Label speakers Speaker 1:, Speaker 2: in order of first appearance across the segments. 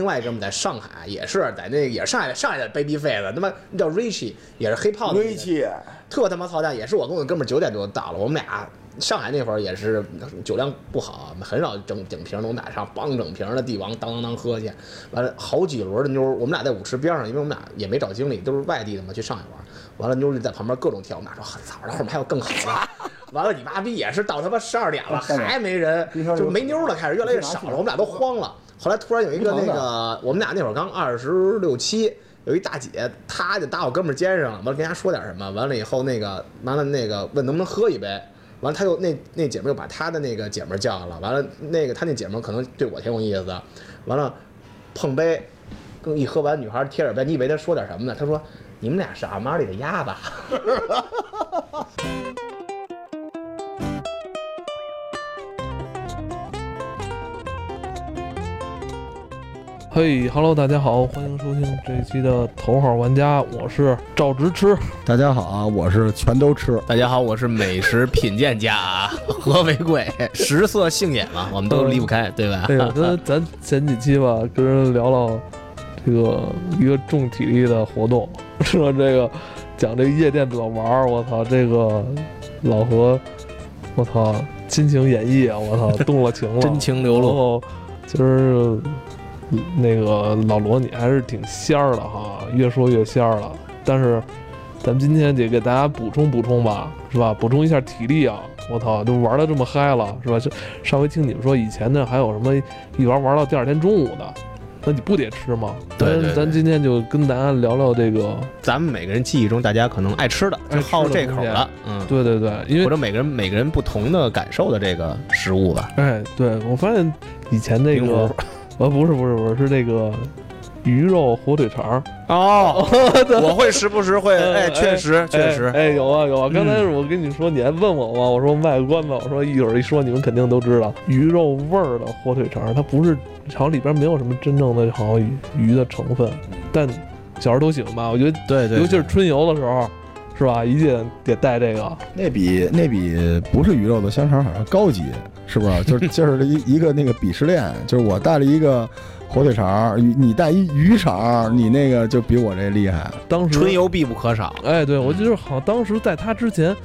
Speaker 1: 另外一哥们在上海也是在那也是上海上海的 baby face，他妈那叫 Richie，也是黑炮的那个，
Speaker 2: 威气，
Speaker 1: 特他妈操蛋。也是我跟我哥们儿九点多到了，我们俩上海那会儿也是酒量不好，很少整整瓶能打上，梆整瓶的帝王当当当喝去，完了好几轮的妞儿，我们俩在舞池边上，因为我们俩也没找经理，都是外地的嘛，去上海玩。完了妞儿就在旁边各种跳，我们俩说操，那会儿还有更好的。完了，你妈逼也是到他妈十二点了，还没人，就没妞儿了，开始越来越少了，我们俩都慌了。后来突然有一个那个，我们俩那会儿刚二十六七，有一大姐，她就搭我哥们儿肩上了，完了跟她说点什么，完了以后那个，完了那个问能不能喝一杯，完了她又那那姐们儿又把她的那个姐们儿叫了，完了那个她那姐们儿可能对我挺有意思的，完了碰杯，更一喝完女孩贴耳边，你以为她说点什么呢？她说你们俩是俺妈里的鸭吧？
Speaker 3: 嘿、h e l l o 大家好，欢迎收听这一期的头号玩家，我是赵直吃。
Speaker 4: 大家好啊，我是全都吃。
Speaker 1: 大家好，我是美食品鉴家啊， 何为贵，食色性也嘛，我们都离不开，对吧？
Speaker 3: 这 个跟哎咱前几期吧，跟人聊到这个一个重体力的活动，说这个讲这个夜店怎么玩儿，我操，这个老何，我操，亲情演绎啊，我操，动了 情了，
Speaker 1: 真情流
Speaker 3: 然
Speaker 1: 露，
Speaker 3: 后今儿那个老罗，你还是挺仙儿的哈，越说越仙儿了。但是咱们今天得给大家补充补充吧，是吧？补充一下体力啊！我操，都玩的这么嗨了，是吧？这上回听你们说以前呢，还有什么一玩玩到第二天中午的，那你不得吃吗？
Speaker 1: 对对
Speaker 3: 咱
Speaker 1: 对
Speaker 3: 咱今天就跟大家聊聊这个，
Speaker 1: 咱们每个人记忆中，大家可能爱吃的就好这口
Speaker 3: 哎爱吃的
Speaker 1: 了，嗯，
Speaker 3: 对对对，因为
Speaker 1: 或者每个人每个人不同的感受的这个食物吧。
Speaker 3: 哎，对我发现以前那
Speaker 1: 冰
Speaker 3: 个
Speaker 1: 壶，
Speaker 3: 呃、不是不是不是，是那个鱼肉火腿肠儿。
Speaker 1: 哦， 我会时不时会，
Speaker 3: 嗯
Speaker 1: 哎，确实确实，
Speaker 3: 哎，哎有啊有啊。刚开始我跟你说，你还问我吗？我说卖个关子，我说一会儿一说你们肯定都知道，鱼肉味儿的火腿肠，它不是好像里边没有什么真正的好像鱼的成分，但小孩都喜欢吧？我觉得，
Speaker 1: 对对，
Speaker 3: 尤其是春游的时候，是吧？一定得带这个。
Speaker 4: 那比那比不是鱼肉的香肠好像高级，是不 是？就是就是一一个那个鄙视链，就是我带了一个火腿肠，鱼你带一鱼肠，你那个就比我这厉害。
Speaker 3: 当时
Speaker 1: 春，游必不可少。
Speaker 3: 哎，对我就是好像当时在他之前，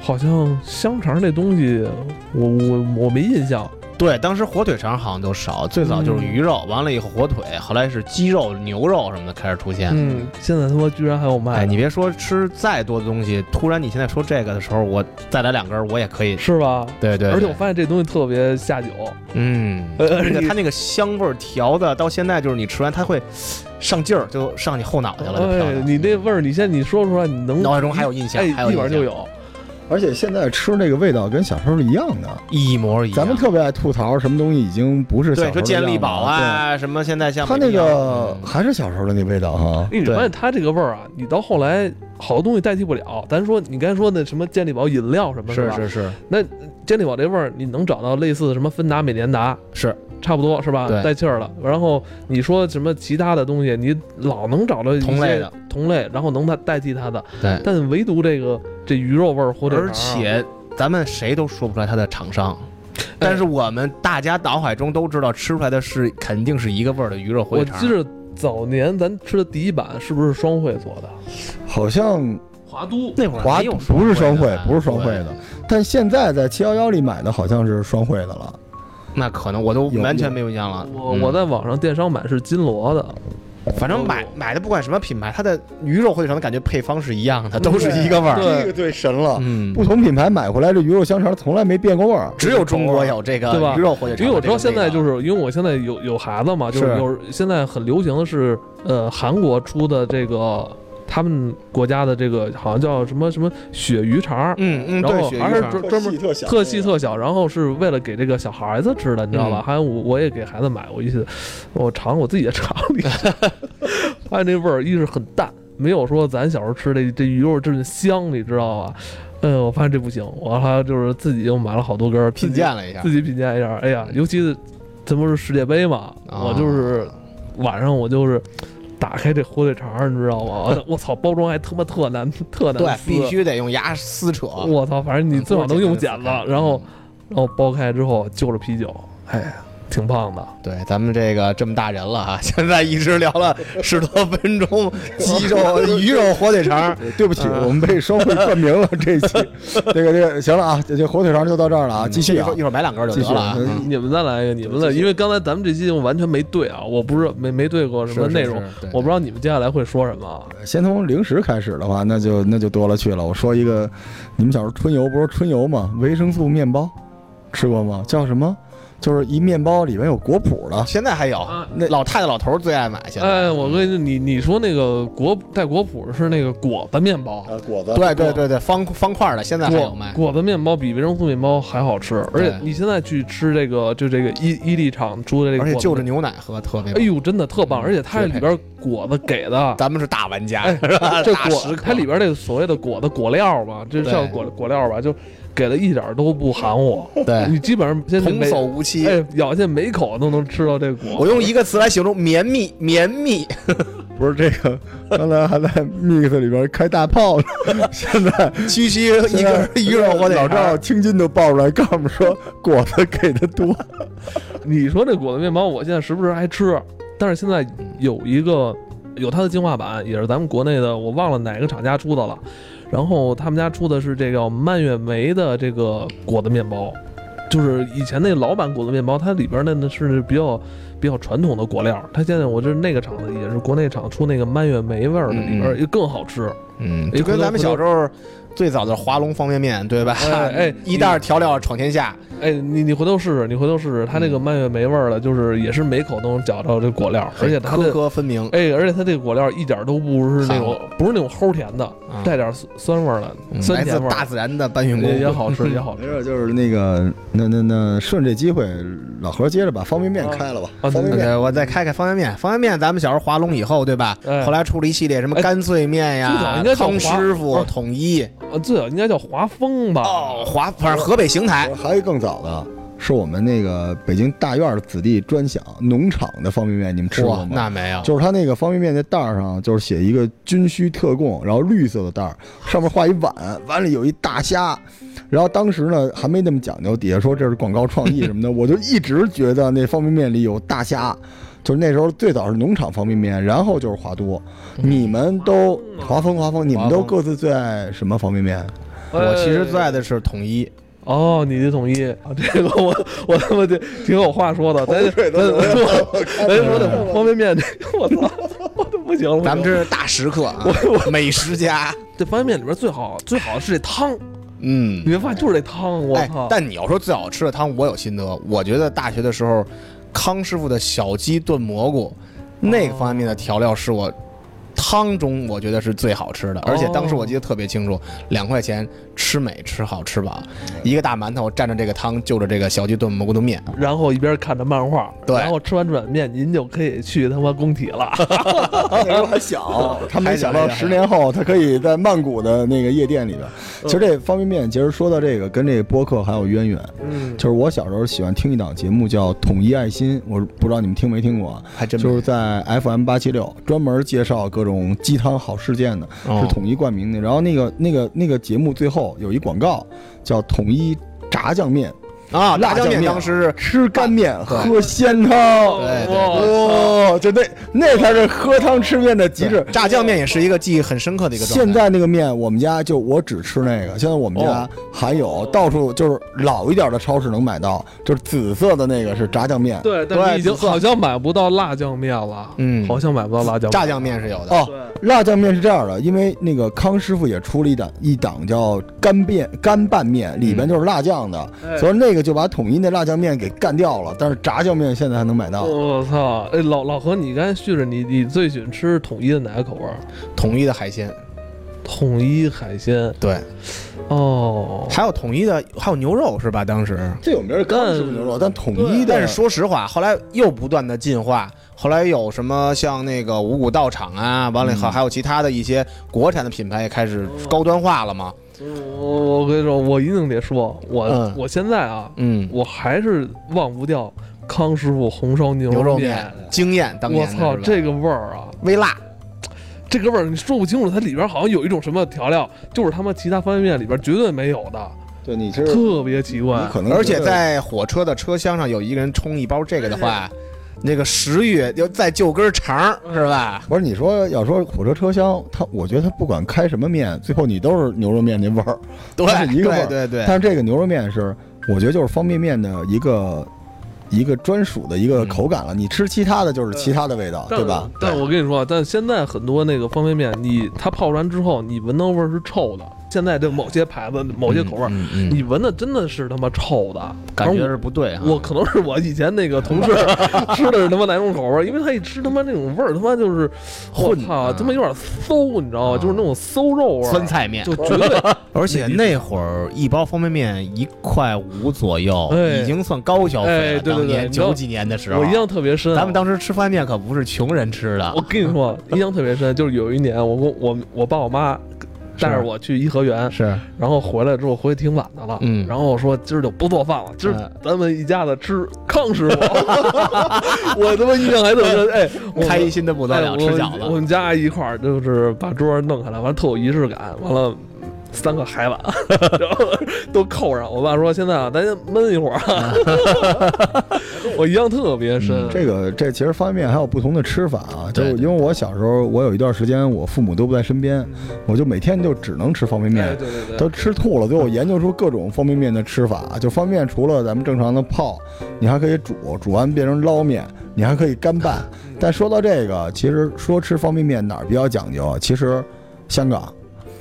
Speaker 3: 好像香肠这东西，我我我没印象。
Speaker 1: 对，当时火腿肠好像都少，最早就是鱼肉，完了以后火腿，后来是鸡肉、牛肉什么的开始出现。
Speaker 3: 嗯，现在他妈居然还有卖的，
Speaker 1: 哎，你别说吃再多的东西，突然你现在说这个的时候，我再来两根儿，我也可以。
Speaker 3: 是吧？
Speaker 1: 对对，
Speaker 3: 而且
Speaker 1: 对
Speaker 3: 我发现这东西特别下酒，
Speaker 1: 嗯，
Speaker 3: 呃
Speaker 1: 而且
Speaker 3: 你
Speaker 1: 它那个香味儿调的，到现在就是你吃完它会上劲儿，就上你后脑去了，就飘
Speaker 3: 哎
Speaker 1: 了，
Speaker 3: 你那味儿，你现在你说出来，你能
Speaker 1: 嗯脑海中还有印象，
Speaker 3: 哎，
Speaker 1: 还有
Speaker 3: 一
Speaker 1: 印
Speaker 3: 碗
Speaker 1: 象
Speaker 3: 就有，
Speaker 4: 而且现在吃那个味道跟小时候是一样的。
Speaker 1: 一模一样。
Speaker 4: 咱们特别爱吐槽什么东西已经不是小时
Speaker 1: 对
Speaker 4: 候
Speaker 1: 说
Speaker 4: 的
Speaker 1: 健力
Speaker 4: 样子
Speaker 1: 宝
Speaker 4: 了，
Speaker 1: 啊，什么现在
Speaker 4: 对
Speaker 1: 像
Speaker 4: 它
Speaker 1: 美
Speaker 4: 那
Speaker 1: 的样
Speaker 4: 个
Speaker 1: 嗯
Speaker 4: 还是小时候的那味道哈。
Speaker 3: 哎，你
Speaker 1: 对
Speaker 3: 发现它这个味儿啊，你到后来好多东西代替不了。咱说你刚才说那什么健力宝饮料什么
Speaker 1: 是
Speaker 3: 吧？
Speaker 1: 是是，
Speaker 3: 健力宝这味儿，你能找到类似的什么芬达、美年达
Speaker 1: 是
Speaker 3: 差不多是吧？
Speaker 1: 对
Speaker 3: 带气儿了。然后你说什么其他的东西，你老能找到一些
Speaker 1: 同类的
Speaker 3: 同类，然后能代代替它的，
Speaker 1: 对，
Speaker 3: 但唯独这个这鱼肉味儿火腿肠
Speaker 1: 而
Speaker 3: 啊，
Speaker 1: 且咱们谁都说不出来它的厂商。但是我们大家脑海中都知道，吃出来的是肯定是一个味儿的鱼肉火
Speaker 3: 我
Speaker 1: 腿肠
Speaker 3: 记。着早年咱吃的第一版是不是双汇做的？
Speaker 4: 好像
Speaker 3: 华都
Speaker 1: 那会儿
Speaker 4: 华
Speaker 1: 没有
Speaker 4: 不是双汇
Speaker 1: 的，
Speaker 4: 不是双汇的，啊但现在在七幺幺里买的好像是双汇的了。
Speaker 1: 对那可能我都
Speaker 4: 有
Speaker 1: 完全
Speaker 4: 有
Speaker 1: 没有印象了。
Speaker 3: 我
Speaker 1: 嗯
Speaker 3: 我在网上电商买是金锣的，
Speaker 1: 反正买买的不管什么品牌，它的鱼肉火腿肠的感觉配方是一样的，都是一个味儿。
Speaker 3: 对
Speaker 4: 啊这个对神了。
Speaker 1: 嗯，
Speaker 4: 不同品牌买回来这鱼肉香肠从来没变过味儿，啊
Speaker 1: 只有中国有这个
Speaker 3: 对吧
Speaker 1: 鱼肉火腿肠。，
Speaker 3: 因为我知道现在就是是因为我现在有有孩子嘛，就是
Speaker 4: 是
Speaker 3: 有现在很流行的是呃韩国出的这个他们国家的这个好像叫什么什么鳕鱼肠，
Speaker 1: 嗯嗯，
Speaker 3: 然
Speaker 1: 对，
Speaker 3: 后
Speaker 1: 鳕鱼
Speaker 3: 还是
Speaker 1: 肠
Speaker 3: 专专门
Speaker 4: 特小
Speaker 3: 特细 特小，然后是为了给这个小孩子吃的，你知道吧？
Speaker 1: 嗯
Speaker 3: 还有我我也给孩子买过一次，我尝我自己也尝了一 下，发现这味儿一是很淡，没有说咱小时候吃的这鱼肉真是香，你知道吧？嗯，我发现这不行，我还就是自己又买了好多根儿，
Speaker 1: 品
Speaker 3: 自己
Speaker 1: 鉴了一下
Speaker 3: 自。己品鉴一下。哎呀，尤其是这不是世界杯嘛，
Speaker 1: 啊
Speaker 3: 我就是晚上我就是打开这火腿肠儿，你知道吗？我操，包装还他妈特难特
Speaker 1: 对
Speaker 3: 难，撕，
Speaker 1: 必须得用牙撕扯。
Speaker 3: 我操，反正你最好能用剪子，
Speaker 1: 嗯
Speaker 3: 然后然后剥开之后就着啤酒，哎呀，挺胖的。
Speaker 1: 对，咱们这个这么大人了啊， 现在一直聊了十多分钟， 鸡 肉、鱼肉、火腿肠，
Speaker 4: 对不起，我们被双汇冠名了这一 期。这个这个行了啊，这这火腿肠就到这儿了啊，继
Speaker 1: 嗯
Speaker 4: 续
Speaker 1: 一
Speaker 4: 啊
Speaker 1: 会儿，一会儿买两根就
Speaker 4: 继
Speaker 1: 得
Speaker 4: 续
Speaker 1: 了啊。
Speaker 4: 嗯
Speaker 3: 你们再来一个，你们再，因为刚才咱们这期节目完全没对啊，我不是没没对过什么
Speaker 4: 是是
Speaker 3: 内容
Speaker 4: 是对，
Speaker 3: 我不知道你们接下来会说什么啊。
Speaker 4: 先从零食开始的话，那就那就多了去了。我说一个，你们小时候春游不是春游吗？维生素面包吃过吗？叫什么？就是一面包里面有果脯的，
Speaker 1: 现在还有
Speaker 3: 啊，
Speaker 1: 那呃老太太、老头儿最爱买。现在
Speaker 3: 哎，我跟你你说那个果带果脯是那个果子面包，
Speaker 2: 呃，果子
Speaker 1: 对对对对，方方块的现在还有
Speaker 3: 果
Speaker 1: 卖。
Speaker 3: 果子面包比维生素面包还好吃，而且
Speaker 1: 对
Speaker 3: 你现在去吃这个就这个伊伊利厂出的这个
Speaker 1: 而且
Speaker 3: 果子
Speaker 1: 就着
Speaker 3: 面
Speaker 1: 牛奶喝特别
Speaker 3: 包，
Speaker 1: 棒。
Speaker 3: 哎呦真的特棒，而且它
Speaker 1: 绝配
Speaker 3: 里边果子给的。
Speaker 1: 咱们是大玩家，
Speaker 3: 哎
Speaker 1: 是吧？
Speaker 3: 这
Speaker 1: 大
Speaker 3: 果
Speaker 1: 食
Speaker 3: 它
Speaker 1: 客
Speaker 3: 里边这个所谓的果子果料吧，这叫
Speaker 1: 对
Speaker 3: 果果料吧，就给的一点儿都不含糊，
Speaker 1: 对
Speaker 3: 你基本上现在
Speaker 1: 童
Speaker 3: 每
Speaker 1: 叟无欺。
Speaker 3: 哎咬下每口都能吃到这果。
Speaker 1: 我用一个词来形容绵密，绵密。
Speaker 4: 不是这个，刚才还在 mix 里边开大炮呢，现在
Speaker 1: 区区 一个鱼肉火腿啊
Speaker 4: 老赵
Speaker 1: 肠，
Speaker 4: 青筋都爆出来，告诉我们说果子给的多，
Speaker 3: 你说这果子面包，我现在时不时还吃，但是现在有一个有它的进化版，也是咱们国内的，我忘了哪个厂家出的了。然后他们家出的是这个蔓越莓的这个果子面包，就是以前那老版果子面包，它里边那那是比较比较传统的果料，它现在我这那个厂子也是国内厂出那个蔓越莓味儿的，里
Speaker 1: 嗯
Speaker 3: 边也更好吃。
Speaker 1: 嗯，就跟咱们小时候最早的华龙方便面，对吧？
Speaker 3: 哎哎
Speaker 1: 一袋调料闯天下，
Speaker 3: 哎，你你回头试试，你回头试试，它那
Speaker 1: 嗯
Speaker 3: 个蔓越莓味儿的，就是也是每口都能嚼到这果料，而且它的
Speaker 1: 哎颗颗分明。
Speaker 3: 哎，而且它这个果料一点儿都不是那种
Speaker 1: 好
Speaker 3: 不是那种齁甜的，
Speaker 1: 啊
Speaker 3: 带点儿酸酸味儿的，
Speaker 1: 嗯
Speaker 3: 酸
Speaker 1: 来自
Speaker 3: 甜味
Speaker 1: 大
Speaker 3: 儿
Speaker 1: 自然的搬运
Speaker 3: 也也
Speaker 1: 工，
Speaker 3: 好吃，也好吃。
Speaker 4: 没事，就是那个那那那顺这机会，老何接着把方便面开了吧，
Speaker 3: 啊对
Speaker 4: 方便面。
Speaker 1: 对，我再开开方便面。方便面，咱们小时候华龙以后，对吧
Speaker 3: 哎？
Speaker 1: 后来出了一系列什么
Speaker 3: 哎
Speaker 1: 干脆面
Speaker 3: 最早
Speaker 1: 呀
Speaker 3: 应该、叫
Speaker 1: 康
Speaker 3: 华
Speaker 1: 师傅、
Speaker 3: 啊
Speaker 1: 统一
Speaker 3: 啊，最早应该叫华丰吧？
Speaker 1: 嗯哦，华反正河北邢台
Speaker 4: 我还有一更早的，是我们那个北京大院儿子弟专享农场的方便面，你们吃过
Speaker 1: 哇，
Speaker 4: 吗？
Speaker 1: 那没有，
Speaker 4: 就是他那个方便面那袋儿上，就是写一个军需特供，然后绿色的袋儿，上面画一碗， 碗里有一大虾。然后当时呢还没那么讲究，底下说这是广告创意什么的， 我就一直觉得那方便面里有大虾。就是那时候最早是农场方便面，然后就是华都。你们都华丰华丰，你们都
Speaker 1: 华丰
Speaker 4: 各自最爱什么方便面？
Speaker 3: 呃
Speaker 1: 我其实最爱
Speaker 3: 在
Speaker 1: 的是统一。
Speaker 3: 哎哦，你的统一，啊这个我我他妈这挺有话说的，咱咱咱嗯哎我咱说
Speaker 1: 嗯
Speaker 3: 的方便面，这我操，我都不行了。
Speaker 1: 咱们
Speaker 3: 不行
Speaker 1: 这是大食客 啊，美食家。
Speaker 3: 了这方便面里边最好最好的是这汤，
Speaker 1: 嗯
Speaker 3: 你，会发现就是这汤，我
Speaker 1: 哎
Speaker 3: 操，。
Speaker 1: 但你要说最好吃的汤，我有心得。我觉得大学的时候，康师傅的小鸡炖蘑菇，那个方便面的调料是我汤中我觉得是最好
Speaker 3: 哦
Speaker 1: 吃的，而且当时我记得特别清楚，两块钱吃美吃好吃饱，一个大馒头蘸着这个汤，就着这个小鸡炖蘑菇的面，
Speaker 3: 然后一边看着漫画，
Speaker 1: 对
Speaker 3: 然后吃完这碗面，您就可以去他妈工体了。
Speaker 4: 那时候还
Speaker 1: 哦
Speaker 4: 小，他没想到十年后他可以在曼谷的那个夜店里边。
Speaker 1: 嗯
Speaker 4: 其实这方便面，其实说到这个，跟这个播客还有渊源。
Speaker 3: 嗯，
Speaker 4: 就是我小时候喜欢听一档节目叫《统一爱心》，我不知道你们听没听过啊，
Speaker 1: 还真
Speaker 4: 就是在 FM 八七六专门介绍各种鸡汤好事件的，是
Speaker 1: 哦
Speaker 4: 统一冠名的。然后那个那个那个节目最后有一广告叫“统一炸酱面
Speaker 1: 啊，
Speaker 4: 辣
Speaker 1: 辣
Speaker 4: 酱
Speaker 1: 酱面
Speaker 4: 面
Speaker 1: 当时是”，
Speaker 4: 吃干面
Speaker 1: 对
Speaker 4: 喝鲜汤。
Speaker 1: 对对
Speaker 3: 哇
Speaker 4: 哦，就那那才是喝汤吃面的极致。
Speaker 1: 炸酱面也是一个记忆很深刻的一个状态。
Speaker 4: 现在那个面，我们家就我只吃那个。现在我们家
Speaker 1: 哦
Speaker 4: 还有到处就是老一点的超市能买到，就是紫色的那个是炸酱面。
Speaker 3: 对，但是已经好像买不到辣酱面了，
Speaker 1: 嗯
Speaker 3: 好像买不到辣酱面
Speaker 1: 炸酱面是有的，
Speaker 4: 哦，辣酱面是这样的，因为那个康师傅也出了一档一档叫干面干拌面，里边就是辣酱的，
Speaker 1: 嗯
Speaker 3: 哎
Speaker 4: 所以那个就把统一那辣酱面给干掉了。但是炸酱面现在还能买到。
Speaker 1: 嗯
Speaker 3: 我操！哎，老老何，你刚才叙着你你最喜欢吃统一的哪个口味儿？
Speaker 1: 统一的海鲜，
Speaker 3: 统一海鲜
Speaker 1: 对，
Speaker 3: 哦，
Speaker 1: 还有统一的还有牛肉是吧？当时
Speaker 4: 这有名的康师傅牛肉，但统一的，
Speaker 1: 嗯但是说实话，后来又不断的进化，后来有什么像那个五谷道场啊，完了以后还有其他的一些国产的品牌也开始高端化了嘛。
Speaker 3: 我我跟你说，我一定得说，我、
Speaker 1: 嗯
Speaker 3: 我现在啊，
Speaker 1: 嗯，
Speaker 3: 我还是忘不掉康师傅红烧牛
Speaker 1: 牛
Speaker 3: 肉
Speaker 1: 肉面惊艳当
Speaker 3: 我
Speaker 1: 年的是吧，
Speaker 3: 操，这个味儿啊！
Speaker 1: 微辣，
Speaker 3: 这个味儿你说不清楚，它里边好像有一种什么调料，就是他妈其他方便面里边绝对没有的。
Speaker 4: 对你是你
Speaker 3: 特别奇怪。
Speaker 4: 可能
Speaker 1: 而且
Speaker 4: 觉得
Speaker 1: 在火车的车厢上有一个人冲一包这个的话，那个食欲要再就根肠是吧？
Speaker 4: 不是你说要说火车车厢，它我觉得它不管开什么面，最后你都是牛肉面那味儿。
Speaker 1: 对
Speaker 4: 它是一个味
Speaker 1: 对
Speaker 4: 儿
Speaker 1: 对对，
Speaker 4: 但是这个牛肉面是，我觉得就是方便面的一个一个专属的一个口感了。你吃其他的就是其他的味道，
Speaker 3: 但
Speaker 4: 对吧？
Speaker 3: 但
Speaker 4: 对
Speaker 3: 我跟你说啊，但现在很多那个方便面，你它泡完之后，你闻到味儿是臭的。现在这某些牌子、某些口味儿，
Speaker 1: 嗯嗯嗯
Speaker 3: 你闻的真的是他妈臭的，
Speaker 1: 感觉
Speaker 3: 而
Speaker 1: 是不对哈。
Speaker 3: 我。我可能是我以前那个同 事吃的是他妈哪种口味儿，因为他一吃他妈那种味儿，他妈就是
Speaker 1: 混
Speaker 3: 我操，
Speaker 1: 啊
Speaker 3: 他妈有点馊，你知道吗？
Speaker 1: 啊
Speaker 3: 就是那种馊肉味儿，
Speaker 1: 酸菜面，
Speaker 3: 就绝 对
Speaker 1: 而且那会儿一包方便面一块五左右，
Speaker 3: 哎
Speaker 1: 已经算高消费
Speaker 3: 哎
Speaker 1: 了。
Speaker 3: 对对
Speaker 1: 当
Speaker 3: 对
Speaker 1: 年
Speaker 3: 你知道
Speaker 1: 九几年的时候，
Speaker 3: 我印象特别深啊。
Speaker 1: 咱们当时吃方便面可不是穷人吃的
Speaker 3: 我，跟 你说，印象特别深，就是有一年我跟我我爸我妈带着
Speaker 1: 是
Speaker 3: 我去颐和园，
Speaker 1: 是
Speaker 3: 然后回来之后回去挺晚的了，
Speaker 1: 嗯
Speaker 3: 然后我说今儿就不做饭了，今儿
Speaker 1: 嗯
Speaker 3: 咱们一家子吃康师傅， 我他妈印象还特深，哎，我
Speaker 1: 开心的不得了，
Speaker 3: 哎
Speaker 1: 吃
Speaker 3: 我
Speaker 1: 饺
Speaker 3: 我
Speaker 1: 子。
Speaker 3: 们家一块儿就是把桌弄开来，完了特有仪式感，完了。三个海碗， 然后都扣上。我爸说：“现在啊，咱先焖一 会儿啊。”我印象特别深。
Speaker 4: 这个这其实方便面还有不同的吃法啊，就
Speaker 1: 对
Speaker 4: 是因为我小时候，我有一段时间我父母都不在身边，我就每天就只能吃方便
Speaker 3: 哎
Speaker 4: 面，
Speaker 3: 对对对，
Speaker 4: 都吃吐了。最后我研究出各种方便面的吃法，啊就方便面除了咱们正常的泡，你还可以煮，煮完变成捞面，你还可以干 拌。但说到这个，其实说吃方便面哪儿比较讲究啊？其实香港，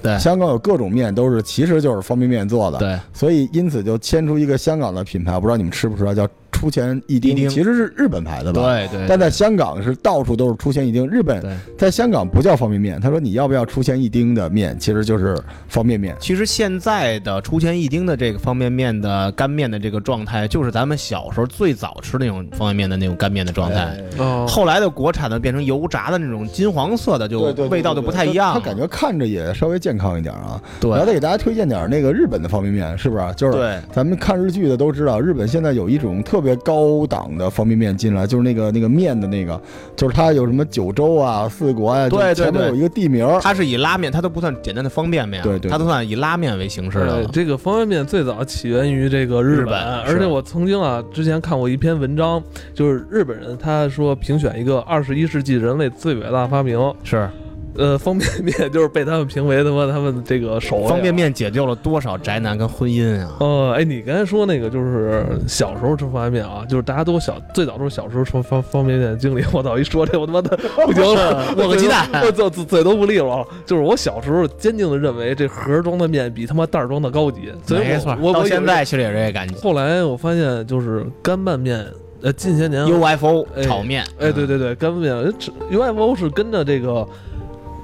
Speaker 1: 对
Speaker 4: 香港有各种面都是其实就是方便面做的，
Speaker 1: 对，
Speaker 4: 所以因此就牵出一个香港的品牌，我不知道你们吃不吃啊，叫出前一丁，
Speaker 1: 一丁
Speaker 4: 其实是日本牌的吧？
Speaker 1: 对对
Speaker 4: 但在香港是到处都是出前一丁，日本
Speaker 1: 对。
Speaker 4: 在香港不叫方便面，他说你要不要出前一丁的面，其实就是方便面。
Speaker 1: 其实现在的出前一丁的这个方便面的干面的这个状态，就是咱们小时候最早吃那种方便面的那种干面的状态。
Speaker 4: 哎
Speaker 3: 哦
Speaker 1: 后来的国产的变成油炸的那种金黄色的，就
Speaker 4: 对对，
Speaker 1: 味道就不太一样
Speaker 4: 他
Speaker 1: 了。
Speaker 4: 感觉看着也稍微健康一点啊。然
Speaker 1: 对
Speaker 4: 后再给大家推荐点那个日本的方便面，是不是？就是
Speaker 1: 对
Speaker 4: 咱们看日剧的都知道，日本现在有一种特别高档的方便面进来，就是那个那个面的那个，就是它有什么九州啊、四国啊，
Speaker 1: 对
Speaker 4: 就
Speaker 1: 对
Speaker 4: 是前面
Speaker 1: 对
Speaker 4: 有一个地名儿。
Speaker 1: 它是以拉面，它都不算简单的方便面，啊
Speaker 4: 对对
Speaker 1: 它都算以拉面为形式的
Speaker 3: 对，
Speaker 1: 了。
Speaker 3: 这个方便面最早起源于这个
Speaker 1: 啊日
Speaker 3: 日
Speaker 1: 本是
Speaker 3: 而且我曾经啊之前看过一篇文章，就是日本人他说评选一个二十一世纪人类最伟大发明，
Speaker 1: 是
Speaker 3: 呃，方便面 就是被他们评为他妈他们这个首位啊
Speaker 1: 方便。面解救了多少宅男跟婚姻啊！
Speaker 3: 呃，哎，你刚才说那个就是小时候吃方便面啊，就是大家都小，最早都是小时候吃方方便面的经历。我操，一说这我他妈 的不行了，
Speaker 1: 我个鸡蛋
Speaker 3: 我嘴嘴嘴都不利落了。就是我小时候坚定的认为这盒装的面比他妈袋儿装的高级，所以我
Speaker 1: 没错，
Speaker 3: 我
Speaker 1: 到
Speaker 3: 我有
Speaker 1: 现在其实也是这感觉。
Speaker 3: 后来我发现，就是干拌面，呃，近些年，
Speaker 1: UFO
Speaker 3: 哎
Speaker 1: 炒面，
Speaker 3: 哎，对对对，干拌面呃这 UFO 是跟着这个《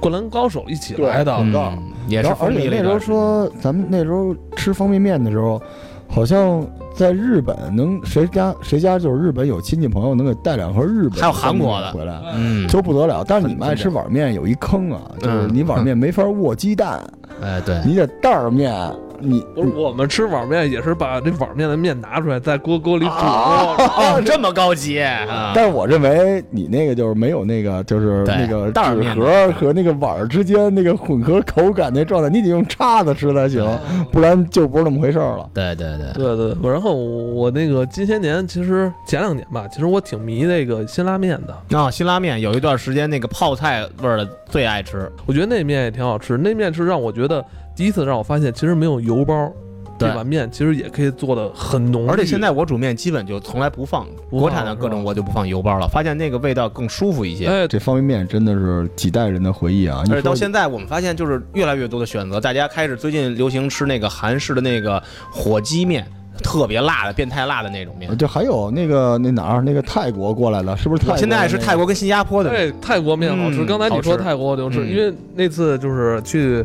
Speaker 3: 灌篮高手》一起来的，
Speaker 1: 嗯，
Speaker 4: 广告
Speaker 1: 也是
Speaker 4: 然后而
Speaker 1: 风
Speaker 4: 且
Speaker 1: 靡了
Speaker 4: 那
Speaker 1: 一
Speaker 4: 时候
Speaker 1: 段时间
Speaker 4: 说，咱们那时候吃方便面的时候，好像在日本能谁家谁家就是日本有亲戚朋友能给带两盒日本
Speaker 1: 还有韩国
Speaker 4: 方便面
Speaker 1: 的
Speaker 4: 回来。
Speaker 1: 嗯，
Speaker 4: 就不得了，但是你们爱吃碗面有一坑啊，就是你碗面没法握鸡蛋，
Speaker 1: 哎对，
Speaker 4: 你得袋儿面，你
Speaker 1: 嗯
Speaker 3: 不是我们吃碗面也是把这碗面的面拿出来，在锅锅里煮，
Speaker 1: 哦，这么高级啊！
Speaker 4: 但是我认为你那个就是没有那个，就是
Speaker 1: 对
Speaker 4: 那个
Speaker 1: 袋儿
Speaker 4: 纸
Speaker 1: 面
Speaker 4: 盒和那个碗儿之间那个混合口感那状态，你得用叉子吃才行，不然就不是那么回事儿了。
Speaker 1: 对对对，
Speaker 3: 对对，对然后我我那个近些年，其实前两年吧，其实我挺迷那个辛拉面的，
Speaker 1: 那、辛拉面有一段时间那个泡菜味儿的最爱吃，
Speaker 3: 我觉得那面也挺好吃。那面是让我觉得第一次让我发现，其实没有油包，
Speaker 1: 对
Speaker 3: 这碗面其实也可以做的很浓郁，
Speaker 1: 而且现在我煮面基本就从来不放
Speaker 3: 不放
Speaker 1: 国产的
Speaker 3: 是吧
Speaker 1: 各种，我就不放油包了，发现那个味道更舒服一些。
Speaker 3: 哎，
Speaker 4: 这方便面真的是几代人的回忆啊！一
Speaker 1: 而且到
Speaker 4: 说
Speaker 1: 现在，我们发现就是越来越多的选择，大家开始最近流行吃那个韩式的那个火鸡面，特别辣的、变态辣的那种面。
Speaker 4: 就还有那个那哪儿那个泰国过来的，是不呃是泰
Speaker 1: 我
Speaker 4: 国啊的那个？
Speaker 1: 现在爱吃泰国跟新加坡的面，
Speaker 3: 对，泰国面好吃。
Speaker 1: 嗯
Speaker 3: 刚才你说
Speaker 1: 好吃
Speaker 3: 泰国我就吃，
Speaker 1: 嗯
Speaker 3: 因为那次就是去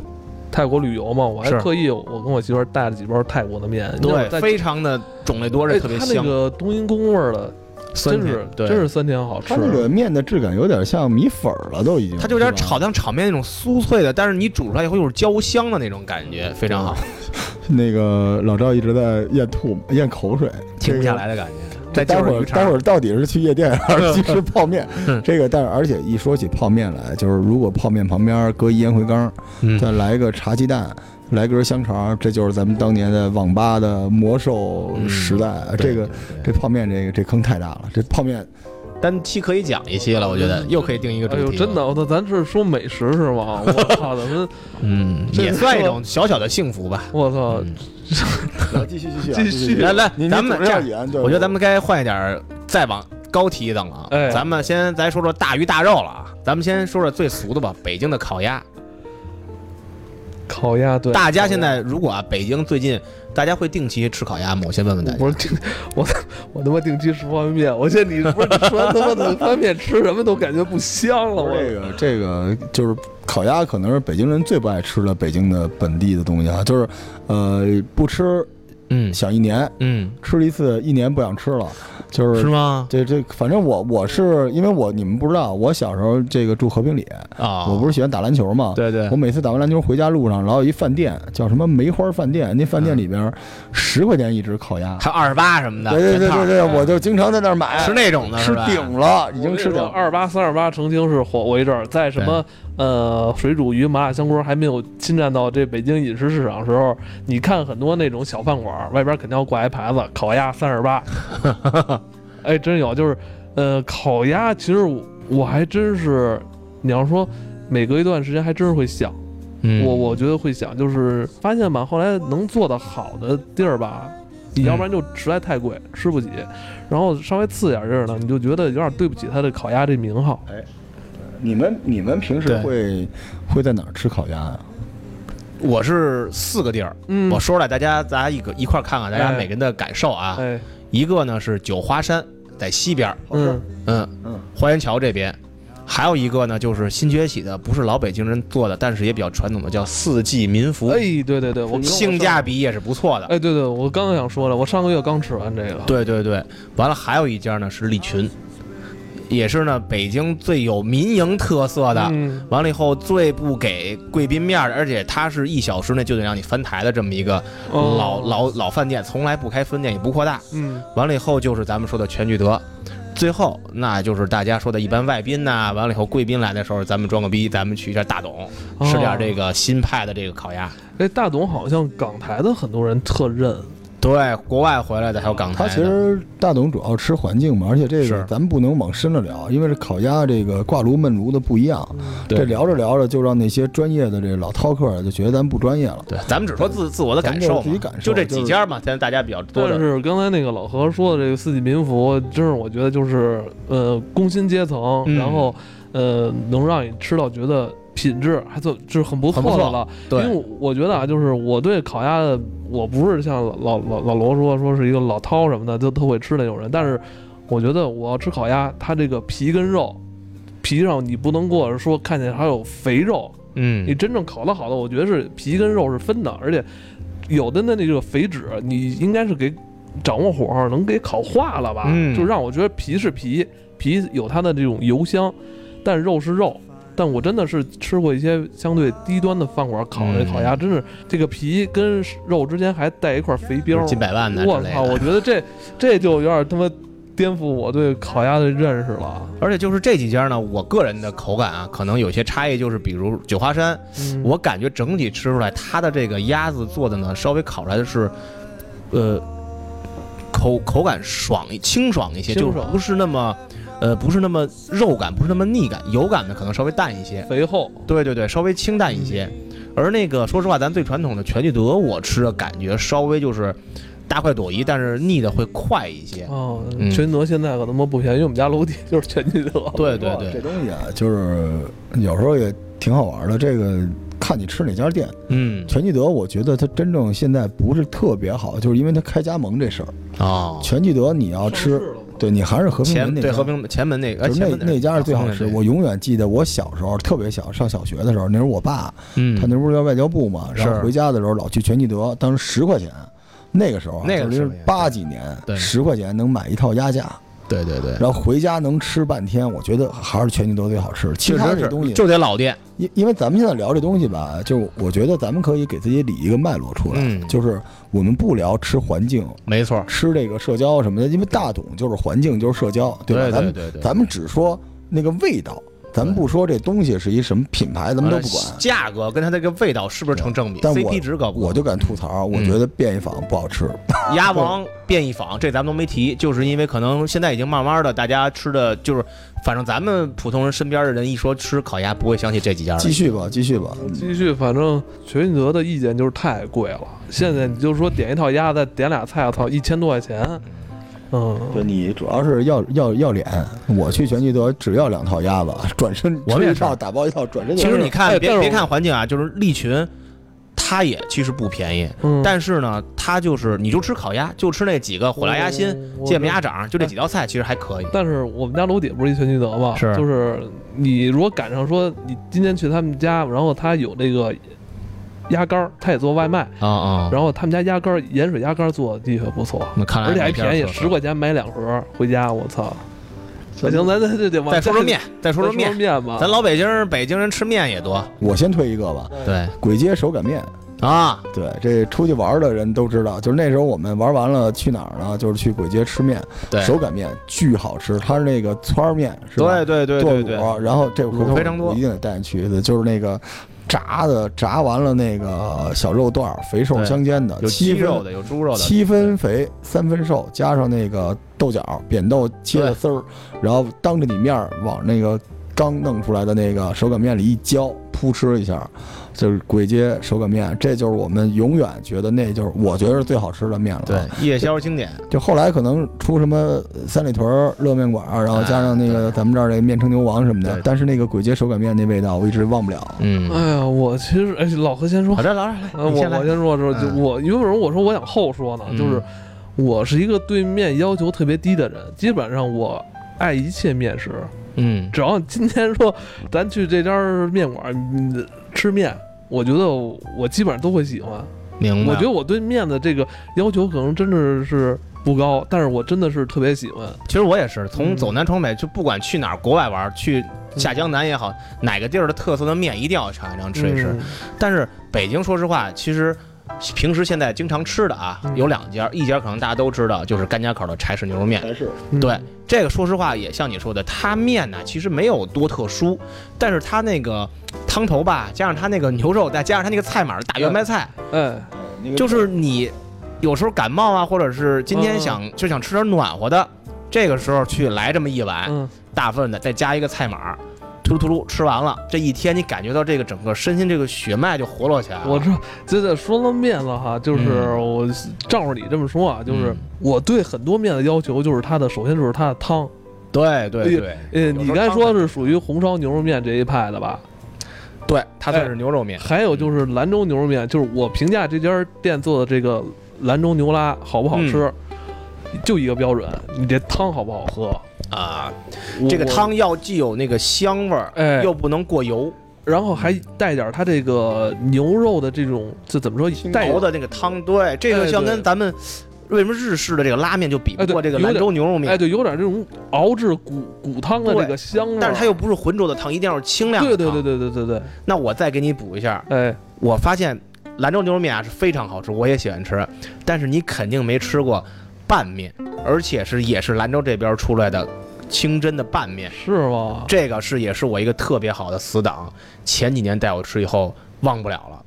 Speaker 3: 泰国旅游嘛，我还
Speaker 1: 是
Speaker 3: 特意我跟我媳妇儿带了几包泰国的面，你知道我
Speaker 1: 对，
Speaker 3: 在
Speaker 1: 非常的种类多，而
Speaker 3: 哎
Speaker 1: 且特别
Speaker 3: 它那
Speaker 1: 香，
Speaker 3: 个冬阴功味儿的，
Speaker 1: 酸
Speaker 3: 真
Speaker 1: 甜
Speaker 3: 是
Speaker 1: 对
Speaker 3: 真是酸甜好吃
Speaker 4: 它。那个面的质感有点像米粉儿了，都已经。
Speaker 1: 它就有点
Speaker 4: 是吧
Speaker 1: 炒，像炒面那种酥脆的，但是你煮出来以后又是焦香的那种感觉，非常好，
Speaker 4: 那个老赵一直在咽吐咽口水，
Speaker 1: 停不下来的感觉。再
Speaker 4: 这待
Speaker 1: 就嗯
Speaker 4: 会
Speaker 1: 是
Speaker 4: 儿
Speaker 1: 鱼
Speaker 4: 待
Speaker 1: 叉
Speaker 4: 会儿到底是去夜店还 是去吃泡面？这个，但是而且一说起泡面来，就是如果泡面旁边搁一烟灰缸，
Speaker 1: 嗯
Speaker 4: 再来个茶鸡蛋，来根香肠，这就是咱们当年的网吧的魔兽
Speaker 1: 嗯
Speaker 4: 时代。啊呃这个这泡面这个这坑太大了，这泡 面
Speaker 1: 单期可以讲一期了，我觉得又可以定一个主
Speaker 3: 哎
Speaker 1: 题了。啊
Speaker 3: 呦，真的，我操，咱是说美食是吗？ 我操，咱们，
Speaker 1: 嗯，
Speaker 3: 这
Speaker 1: 也
Speaker 3: 个
Speaker 1: 算一
Speaker 3: 说哦
Speaker 1: 种小小的幸福吧。
Speaker 3: 我操，
Speaker 1: 嗯
Speaker 4: 继续继续
Speaker 3: 啊继续继续
Speaker 1: 来来
Speaker 4: 您，
Speaker 1: 咱们这样，
Speaker 4: 样，
Speaker 1: 我觉得咱们该换一点儿，再往高提一等了啊。
Speaker 3: 哎
Speaker 1: 咱们先咱说说大鱼大肉了啊，咱们先说说最俗的吧，北京的烤鸭。
Speaker 3: 烤鸭对，
Speaker 1: 大家现在如果啊，北京最近大家会定期吃烤鸭吗？我先问问大家。
Speaker 3: 不是定我我他妈定期吃方便面，我现在你不是你说完他妈的方便面吃什么都感觉不香了，我
Speaker 4: 这个 这个就是烤鸭，可能是北京人最不爱吃的北京的本地的东西啊，就是呃不吃
Speaker 1: 嗯
Speaker 4: 想一年，
Speaker 1: 嗯，
Speaker 4: 吃了一次一年不想吃了，就是。
Speaker 1: 吗？
Speaker 4: 这这，反正我我是因为我你们不知道，我小时候这个住和平里，
Speaker 1: 啊，
Speaker 4: 我不是喜欢打篮球嘛，
Speaker 1: 对对
Speaker 4: 我每次打完篮球回家路上，老有一饭店叫什么梅花饭店，那饭店里边十块钱一只烤鸭，
Speaker 1: 还有二十八什么的，
Speaker 4: 对对对
Speaker 1: 全套
Speaker 4: 对对，我就经常在那儿买，
Speaker 1: 吃那种的
Speaker 4: 吃
Speaker 1: 是吧
Speaker 4: 顶了，已
Speaker 3: 我跟
Speaker 4: 经
Speaker 3: 你
Speaker 4: 吃顶
Speaker 3: 说，
Speaker 4: 了。
Speaker 3: 二八三二八曾经是火过一阵儿，在什么呃水煮鱼、麻辣香锅还没有侵占到这北京饮食市场的时候，你看很多那种小饭馆儿外边肯定要挂一牌子“烤鸭三二 八”，哎，真有，就是呃烤鸭，其实我我还真是，你要说每隔一段时间还真是会想，
Speaker 1: 嗯
Speaker 3: 我我觉得会想，就是发现吧，后来能做的好的地儿吧，
Speaker 1: 嗯
Speaker 3: 你要不然就实在太贵，吃不起；然后稍微次点儿地儿呢，你就觉得有点对不起他的烤鸭这名号。
Speaker 4: 你们你们平时
Speaker 1: 对
Speaker 4: 会会在哪儿吃烤鸭啊呀、
Speaker 1: 我是四个地儿，
Speaker 3: 嗯
Speaker 1: 我说出来，大家大家一个一块儿看看大家
Speaker 3: 哎
Speaker 1: 每个人的感受啊。
Speaker 3: 哎，
Speaker 1: 一个呢是九华山，在西边儿，
Speaker 3: 嗯，
Speaker 1: 嗯
Speaker 4: 嗯，
Speaker 1: 花园桥这边。还有一个呢，就是新崛起的，不是老北京人做的，但是也比较传统的，叫四季民福，
Speaker 3: 哎，对对对，我
Speaker 1: 性价，比也是不错的。
Speaker 3: 哎，对对，我刚刚想说了，我上个月刚吃完这个，，
Speaker 1: 嗯对对对，完了还有一家呢是利群，也是呢北京最有民营特色的，
Speaker 3: 嗯，
Speaker 1: 完了以后最不给贵宾面儿的，而且它是一小时内就得让你翻台的这么一个
Speaker 3: 哦
Speaker 1: 老、，老老饭店，从来不开分店也不扩大。
Speaker 3: 嗯，
Speaker 1: 完了以后就是咱们说的全聚德，最后那就是大家说的一般外宾呐、完了以后贵宾来的时候，咱们装个逼，咱们去一下大董，
Speaker 3: 哦
Speaker 1: 吃点这个新派的这个烤鸭。
Speaker 3: 哎，大董好像港台的很多人特认，
Speaker 1: 对，国外回来的还有港台
Speaker 4: 它
Speaker 1: 的，
Speaker 4: 其实大董主要吃环境嘛，而且这个
Speaker 1: 是
Speaker 4: 咱们不能往深了聊，因为这烤鸭这个挂炉焖炉的不一样。
Speaker 1: 对
Speaker 4: 这聊着聊着就让那些专业的这老饕客啊就觉得咱不专业了。
Speaker 1: 对，咱们只说自自我的感受
Speaker 4: 咱们就是自
Speaker 1: 嘛
Speaker 4: 己，感受
Speaker 1: 就这几家嘛，现在大家比较多的。
Speaker 3: 但是刚才那个老何说的这个四季民福，真是我觉得就是呃工薪阶层，
Speaker 1: 嗯
Speaker 3: 然后呃能让你吃到觉得品质还算就是很不
Speaker 1: 很不
Speaker 3: 错
Speaker 1: 错
Speaker 3: 的了。因
Speaker 1: 对
Speaker 3: 为我我觉得啊，就是我对烤鸭的，我不是像老老老罗说说是一个老饕什么的，就特会吃那种人。但是我觉得我要吃烤鸭，它这个皮跟肉，皮上你不能给我说看见还有肥肉，你
Speaker 1: 嗯，
Speaker 3: 真正烤的好的，我觉得是皮跟肉是分的，而且有的那那个肥脂，你应该是给掌握火候，能给烤化了吧？
Speaker 1: 嗯
Speaker 3: 就让我觉得皮是皮，皮有它的这种油香，但肉是肉。但我真的是吃过一些相对低端的饭馆烤这
Speaker 1: 嗯
Speaker 3: 烤鸭，真是这个皮跟肉之间还带一块肥膘儿，
Speaker 1: 近百万的之
Speaker 3: 我
Speaker 1: 类
Speaker 3: 操！我
Speaker 1: 的。
Speaker 3: 觉得这这就有点他妈颠覆我对烤鸭的认识了。
Speaker 1: 而且就是这几家呢，我个人的口感啊，可能有些差异，就是比如九华山，
Speaker 3: 嗯
Speaker 1: 我感觉整体吃出来，它的这个鸭子做的呢，稍微烤出来的是，呃，口口感爽一清爽一些，
Speaker 3: 清
Speaker 1: 就
Speaker 3: 爽
Speaker 1: 不是那么，呃，不是那么肉感，不是那么腻感，油感呢可能稍微淡一些。
Speaker 3: 肥厚，
Speaker 1: 对对对，稍微清淡一些。
Speaker 4: 嗯
Speaker 1: 而那个说实话，咱最传统的全聚德，我吃的感觉稍微就是大快朵颐，但是腻的会快一些。
Speaker 3: 哦，
Speaker 1: 嗯
Speaker 3: 全聚德现在可他妈不便宜，因为我们家楼底就是全聚德。
Speaker 1: 对对
Speaker 4: 这
Speaker 1: 对，
Speaker 4: 东西啊，就是有时候也挺好玩的。这个看你吃哪家店，
Speaker 1: 嗯
Speaker 4: 全聚德，我觉得它真正现在不是特别好，就是因为它开加盟这事儿。
Speaker 1: 哦，
Speaker 4: 全聚德你要
Speaker 3: 上市
Speaker 4: 吃，
Speaker 3: 了嘛
Speaker 4: 对你还是和平
Speaker 1: 前
Speaker 4: 门那
Speaker 1: 对
Speaker 4: 家
Speaker 1: 和。平前门那个，哎
Speaker 4: 就是
Speaker 1: 前
Speaker 4: 那
Speaker 1: 门
Speaker 4: 那家是最好吃，
Speaker 1: 对
Speaker 4: 我永远记得我小时候特别小，上小学的时候，那时候我爸
Speaker 1: 嗯
Speaker 4: 他那不是在外交部嘛，然后
Speaker 1: 是
Speaker 4: 回家的时候老去全聚德，当时十块钱，那个时候啊
Speaker 1: 那个
Speaker 4: 就是
Speaker 1: 时候也
Speaker 4: 八几年，
Speaker 1: 对
Speaker 4: 十块钱能买一套鸭架，
Speaker 1: 对对对，
Speaker 4: 然后回家能吃半天，我觉得还是全聚德最好吃。其
Speaker 1: 确
Speaker 4: 他
Speaker 1: 实
Speaker 4: 这东
Speaker 1: 是，
Speaker 4: 西，
Speaker 1: 就得老店，
Speaker 4: 因因为咱们现在聊这东西吧，就我觉得咱们可以给自己理一个脉络出来，
Speaker 1: 嗯
Speaker 4: 就是我们不聊吃环境，
Speaker 1: 没错，
Speaker 4: 吃这个社交什么的，因为大董就是环境就是社交，吧？
Speaker 1: 对
Speaker 4: 咱们
Speaker 1: 对对
Speaker 4: 咱们只说那个味道，咱们不说这东西是一什么品牌，咱们都不管。
Speaker 1: 价格跟它这个味道是不是成正比
Speaker 4: 但我
Speaker 1: ？CP 值高不高？
Speaker 4: 我就敢吐槽，我
Speaker 1: 嗯
Speaker 4: 觉得便宜坊不好吃。
Speaker 1: 鸭王变异坊，这咱们都没提，就是因为可能现在已经慢慢的，大家吃的就是，反正咱们普通人身边的人一说吃烤鸭，不会想起这几家了。
Speaker 4: 继续吧，继续吧。
Speaker 3: 继续，反正全聚德的意见就是太贵了。现在你就说点一套鸭，再点俩菜，我操，一千多块钱。嗯，
Speaker 4: 你主要是要要要脸，我去全聚德只要两套鸭子，转身
Speaker 1: 我们也
Speaker 4: 吃
Speaker 1: 是
Speaker 4: 一套打包一套，转身就
Speaker 1: 其实你看，
Speaker 3: 哎但
Speaker 1: 别
Speaker 3: 是
Speaker 1: 别
Speaker 3: 我
Speaker 1: 看环境啊，就是利群，它也其实不便宜，
Speaker 3: 嗯
Speaker 1: 但是呢，它就是你就吃烤鸭，就吃那几个火辣鸭心、
Speaker 4: 哦
Speaker 3: 我
Speaker 1: 芥末鸭掌，就这几道菜，其实还可以。
Speaker 3: 但是我们家楼底不是一全聚德嘛，
Speaker 1: 是
Speaker 3: 就是你如果赶上说你今天去他们家，然后他有这个鸭肝儿，他也做外卖，
Speaker 1: 啊啊，
Speaker 3: 然后他们家鸭肝儿盐水鸭肝儿做的的确不错，
Speaker 1: 那看来
Speaker 3: 而且还
Speaker 1: 没片儿
Speaker 3: 便宜，
Speaker 1: 说
Speaker 3: 十块钱买两盒回家，我操！那行，咱咱这得往
Speaker 1: 再说说面，再
Speaker 3: 再
Speaker 1: 说
Speaker 3: 说
Speaker 1: 说面，
Speaker 3: 面吧，
Speaker 1: 咱老北京人北京人吃面也多，
Speaker 4: 我先推一个吧，
Speaker 1: 对
Speaker 4: 簋街手擀面。
Speaker 1: 啊，
Speaker 4: 对，这出去玩的人都知道，就是那时候我们玩完了去哪儿呢？就是去簋街吃面，
Speaker 1: 对
Speaker 4: 手擀面巨好吃，它是那个汆儿面，是吧？
Speaker 1: 对对对
Speaker 4: 剁啊
Speaker 1: 对
Speaker 4: 乳，
Speaker 1: 对，
Speaker 4: 然后这回头
Speaker 1: 乳非常多
Speaker 4: 我一定得带你去一次，就是那个炸的，炸完了那个小肉段儿，肥瘦
Speaker 1: 对
Speaker 4: 相间的，
Speaker 1: 有鸡
Speaker 4: 七分
Speaker 1: 肉的，有猪肉的，
Speaker 4: 七分肥三分瘦，加上那个豆角扁豆切的丝儿，然后当着你面儿往那个刚弄出来的那个手擀面里一浇，扑哧一下，就是簋街手擀面，这就是我们永远觉得那就是我觉得是最好吃的面了。
Speaker 1: 对，夜宵经典，
Speaker 4: 就后来可能出什么三里屯儿热面馆儿，然后加上那个咱们这儿这面城牛王什么的
Speaker 1: 哎对，
Speaker 4: 但是那个簋街手擀面那味道我一直忘不了。
Speaker 1: 嗯，
Speaker 3: 哎呀，我其实哎，老何先说
Speaker 1: 好，的，老师来，
Speaker 3: 呃，我
Speaker 1: 你先来
Speaker 3: 我先说说，就
Speaker 1: 嗯
Speaker 3: 我因为什么我说我想后说呢，就是我是一个对面要求特别低的人，基本上我爱一切面食，
Speaker 1: 嗯，
Speaker 3: 只要今天说咱去这家面馆嗯吃面，我觉得我基本上都会喜欢。
Speaker 1: 明白。
Speaker 3: 我觉得我对面的这个要求可能真的是不高，但是我真的是特别喜欢。
Speaker 1: 其实我也是从
Speaker 3: 嗯
Speaker 1: 走南闯北，就不管去哪儿，国外玩，去下江南也好，哪个地儿的特色的面一定要尝一尝吃一
Speaker 3: 嗯
Speaker 1: 吃。但是北京，说实话，其实平时现在经常吃的啊，
Speaker 3: 嗯
Speaker 1: 有两家，一家可能大家都知道，就是甘家口的柴氏牛肉面。
Speaker 4: 还是
Speaker 3: 嗯，
Speaker 1: 对这个，说实话也像你说的，它面呢其实没有多特殊，但是它那个汤头吧，加上它那个牛肉，再加上它那个菜码儿大圆白菜，
Speaker 3: 哎，
Speaker 1: 就是你有时候感冒啊，或者是今
Speaker 3: 嗯
Speaker 1: 天想就想吃点暖和的，这个时候去来这么一碗
Speaker 3: 嗯，
Speaker 1: 大份的，再加一个菜码儿，突噜突噜吃完了，这一天你感觉到这个整个身心这个血脉就活络起来了。
Speaker 3: 我这这这说到面了哈，就是
Speaker 1: 嗯
Speaker 3: 我照着你这么说啊，就是
Speaker 1: 嗯
Speaker 3: 我对很多面的要求就是它的，首先就是它的汤。
Speaker 1: 对对对，
Speaker 3: 呃，
Speaker 1: 有时候
Speaker 3: 你刚才
Speaker 1: 汤
Speaker 3: 说
Speaker 1: 很
Speaker 3: 是属于红烧牛肉面这一派的吧？
Speaker 1: 对它算是牛肉面，
Speaker 3: 还有就是兰州牛肉面，就是我评价这家店做的这个兰州牛拉好不好吃，
Speaker 1: 嗯
Speaker 3: 就一个标准，你这汤好不好喝？
Speaker 1: 啊、
Speaker 3: 我
Speaker 1: 这个，汤要既有那个香味儿，
Speaker 3: 哎
Speaker 1: 又不能过油，
Speaker 3: 然后还带点它这个牛肉的这种，这怎么说？带
Speaker 1: 油的那个汤，对这个
Speaker 3: 哎
Speaker 1: 像
Speaker 3: 对
Speaker 1: 跟咱们为什么日式的这个拉面就比不
Speaker 3: 哎对
Speaker 1: 过这个
Speaker 3: 有
Speaker 1: 兰
Speaker 3: 点
Speaker 1: 州牛肉面，
Speaker 3: 哎，对，有点这种熬制骨骨汤的这
Speaker 1: 对
Speaker 3: 个香味儿，
Speaker 1: 但是它又不是浑浊的汤，一定要是清亮的
Speaker 3: 对
Speaker 1: 汤。
Speaker 3: 对对对对对对，
Speaker 1: 那我再给你补一下，
Speaker 3: 哎，
Speaker 1: 我发现兰州牛肉面啊是非常好吃，我也喜欢吃，但是你肯定没吃过拌面，而且是也是兰州这边出来的清真的拌面，
Speaker 3: 是吗？
Speaker 1: 这个是也是我一个特别好的死党，前几年带我吃以后忘不了了。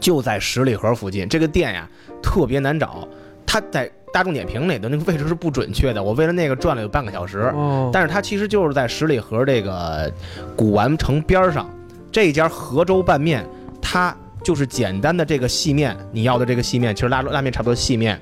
Speaker 1: 就在十里河附近，这个店呀特别难找，它在大众点评里的那个位置是不准确的，我为了那个转了有半个小时。
Speaker 3: 哦，
Speaker 1: 但是它其实就是在十里河这个古玩城边儿上，这家河州拌面，它就是简单的这个细面，你要的这个细面，其实拉拉面差不多细面，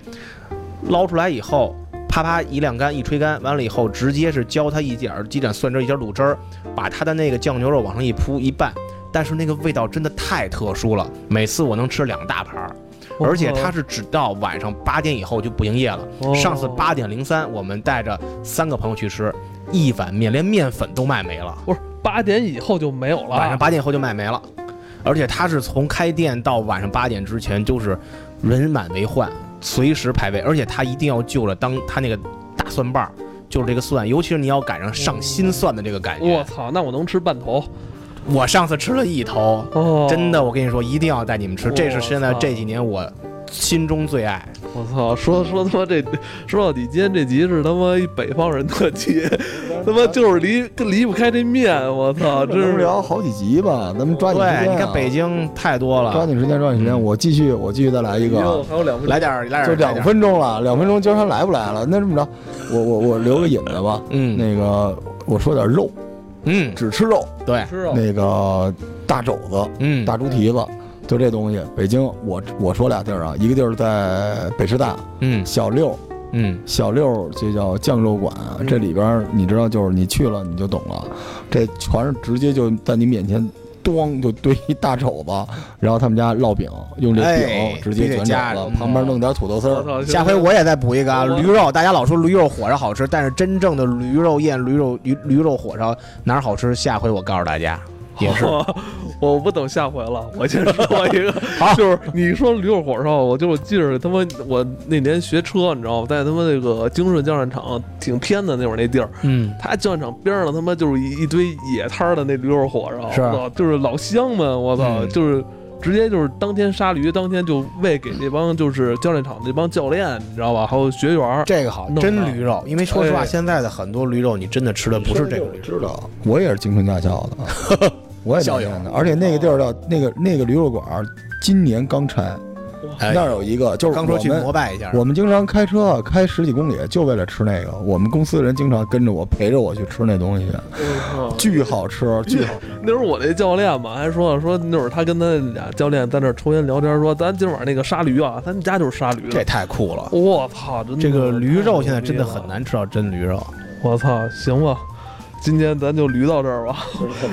Speaker 1: 捞出来以后，啪啪一晾干，一吹干，完了以后直接是浇它一点儿几点蒜汁儿，一点儿卤汁儿，把它的那个酱牛肉往上一铺一拌，但是那个味道真的太特殊了，每次我能吃两大盘儿。而且它是只到晚上八点以后就不营业了。
Speaker 3: 哦
Speaker 1: 上次八点零三，我们带着三个朋友去吃一碗面，连面粉都卖没了，
Speaker 3: 不是八点以后就没有了，
Speaker 1: 晚上八点以后就卖没了。而且它是从开店到晚上八点之前，就是人满为患，随时排位，而且它一定要就着当它那个大蒜瓣儿就是这个蒜，尤其是你要赶上上新蒜的这个感
Speaker 3: 我
Speaker 1: 觉。
Speaker 3: 操，那我能吃半头
Speaker 1: 我上次吃了一头，
Speaker 3: 哦！
Speaker 1: 真的，，我跟你说，一定要带你们吃，这是
Speaker 3: 我
Speaker 1: 现在
Speaker 3: 操
Speaker 1: 这几年我心中最爱。
Speaker 3: 我操！说说他妈这，说到底，今天这集是他妈一北方人特辑，他妈就是离跟离不开这面，我操！ 真
Speaker 4: 能
Speaker 3: 是
Speaker 4: 聊好几集吧？咱们抓紧时间啊、
Speaker 1: 对，你看北京太多
Speaker 4: 抓
Speaker 1: 了，
Speaker 4: 紧时间，抓紧时间，
Speaker 1: 嗯
Speaker 4: 我继续，我继续再来一个啊
Speaker 3: 哟，。还有两分钟
Speaker 1: 来点儿来点儿，
Speaker 4: 就两
Speaker 1: 来点儿，
Speaker 4: 分钟了，两分钟今儿还来不来了？那这么着，我我我留个引子吧。
Speaker 1: 嗯
Speaker 4: 那个我说点肉，
Speaker 1: 嗯，
Speaker 4: 只吃肉，
Speaker 1: 对，
Speaker 3: 吃啊肉，
Speaker 4: 那个大肘子、
Speaker 1: 嗯，
Speaker 4: 大猪蹄子，就这东西。北京，我我说俩地儿啊，一个地儿在北师大
Speaker 1: 嗯
Speaker 4: 小六，
Speaker 1: 嗯
Speaker 4: 小六就叫酱肉馆，这里边儿你知道，就是你去了你就懂了，这全是直接就在你面前。咣就堆一大肘子，然后他们家烙饼，用这
Speaker 1: 哎
Speaker 4: 饼直接
Speaker 1: 必须
Speaker 4: 卷
Speaker 1: 得
Speaker 4: 肘
Speaker 1: 加嗯
Speaker 4: 子
Speaker 1: 上，
Speaker 4: 旁边弄点土豆丝
Speaker 3: 我
Speaker 4: 儿，
Speaker 3: 操！
Speaker 1: 下回我也再补一个啊，
Speaker 3: 我
Speaker 1: 驴肉。大家老说驴肉火烧好吃，但是真正的驴肉宴、驴肉驴驴肉火烧哪儿好吃？下回我告诉大家。也是，
Speaker 3: 我我不等下回了，我先说一个， 就是你说驴肉火烧，我就是记着他妈我那年学车，你知道吗？在他妈那个京顺教练场挺偏的那会儿那地儿，
Speaker 1: 嗯，
Speaker 3: 他教练场边上他妈就是一一堆野摊儿的那驴肉火烧，
Speaker 4: 是
Speaker 3: 我操就是老乡们，我操，
Speaker 1: 啊嗯
Speaker 3: 就是。直接就是当天杀驴，当天就喂给这帮就是教练场那帮教练，你知道吧？还有学员儿，
Speaker 1: 这个好，
Speaker 3: 弄
Speaker 1: 真
Speaker 3: 上
Speaker 1: 驴肉。因为说实话，
Speaker 3: 哎
Speaker 1: 现在的很多驴肉，你真的吃的不是这个驴肉。
Speaker 4: 知道，我也是京城驾校的， 我也
Speaker 1: 校
Speaker 4: 是
Speaker 1: 友
Speaker 4: 的。而且那个地儿
Speaker 1: 哦
Speaker 4: 叫那个那个驴肉馆儿，今年刚拆，
Speaker 1: 哎
Speaker 4: 那儿有一个，就是
Speaker 1: 刚说
Speaker 4: 我
Speaker 1: 去
Speaker 4: 们
Speaker 1: 膜拜一下，
Speaker 4: 我们经常开车啊开十几公里，就为了吃那个。我们公司的人经常跟着我陪着我去吃那东西，
Speaker 3: 嗯我操
Speaker 4: 巨好吃，巨好吃。
Speaker 3: 那会儿我那教练嘛，还说说那会儿他跟他俩教练在那儿抽烟聊天，说咱今晚那个杀驴啊，咱们家就是杀驴
Speaker 1: 这
Speaker 3: 的。
Speaker 1: 太酷了。
Speaker 3: 我操，真的
Speaker 1: 这个驴肉现在真的
Speaker 3: 太牛
Speaker 1: 很
Speaker 3: 逼了。
Speaker 1: 难吃到真驴肉，
Speaker 3: 我操，行吧，今天咱就驴到这儿吧。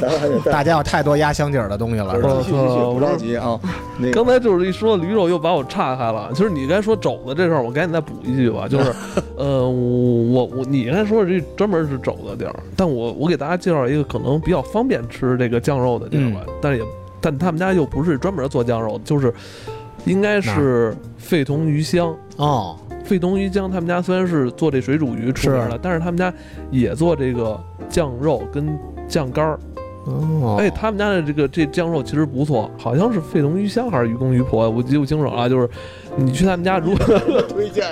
Speaker 4: 咱 还得
Speaker 1: 大家有太多压箱底儿的东西了。是吧
Speaker 4: 继续继续，不着急啊。那个
Speaker 3: 刚才就是一说驴肉，又把我岔开了。就是你该说肘子这事儿，我赶紧再补一句吧。就是，呃，我我你刚才说的这专门是肘子地儿，但我我给大家介绍一个可能比较方便吃这个酱肉的地儿吧，但是也但他们家又不是专门做酱肉，就是应该
Speaker 1: 哪
Speaker 3: 是沸腾鱼香。
Speaker 1: 哦，
Speaker 3: 沸腾鱼香他们家虽然是做这水煮鱼出名的，但是他们家也做这个酱肉跟酱干儿。
Speaker 1: 哦，
Speaker 3: 哎，他们家的这个这酱肉其实不错，好像是沸腾鱼香还是鱼公鱼婆，我记不清楚了啊。就是你去他们家，如果
Speaker 4: 推荐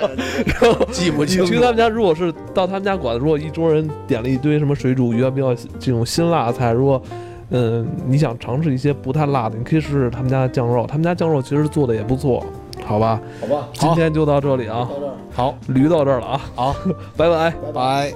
Speaker 1: 记不
Speaker 3: 你去他们家，如果是到他们家馆子，如果一桌人点了一堆什么水煮鱼啊，比较这种辛辣的菜，如果嗯你想尝试一些不太辣的，你可以试试他们家的酱肉，他们家酱肉其实做的也不错，好吧？
Speaker 4: 好吧，
Speaker 1: 好
Speaker 3: 今天就到这里啊，
Speaker 4: 到这儿。
Speaker 1: 好，
Speaker 3: 驴到这儿了啊，
Speaker 1: 好，
Speaker 3: 拜拜。
Speaker 1: 拜。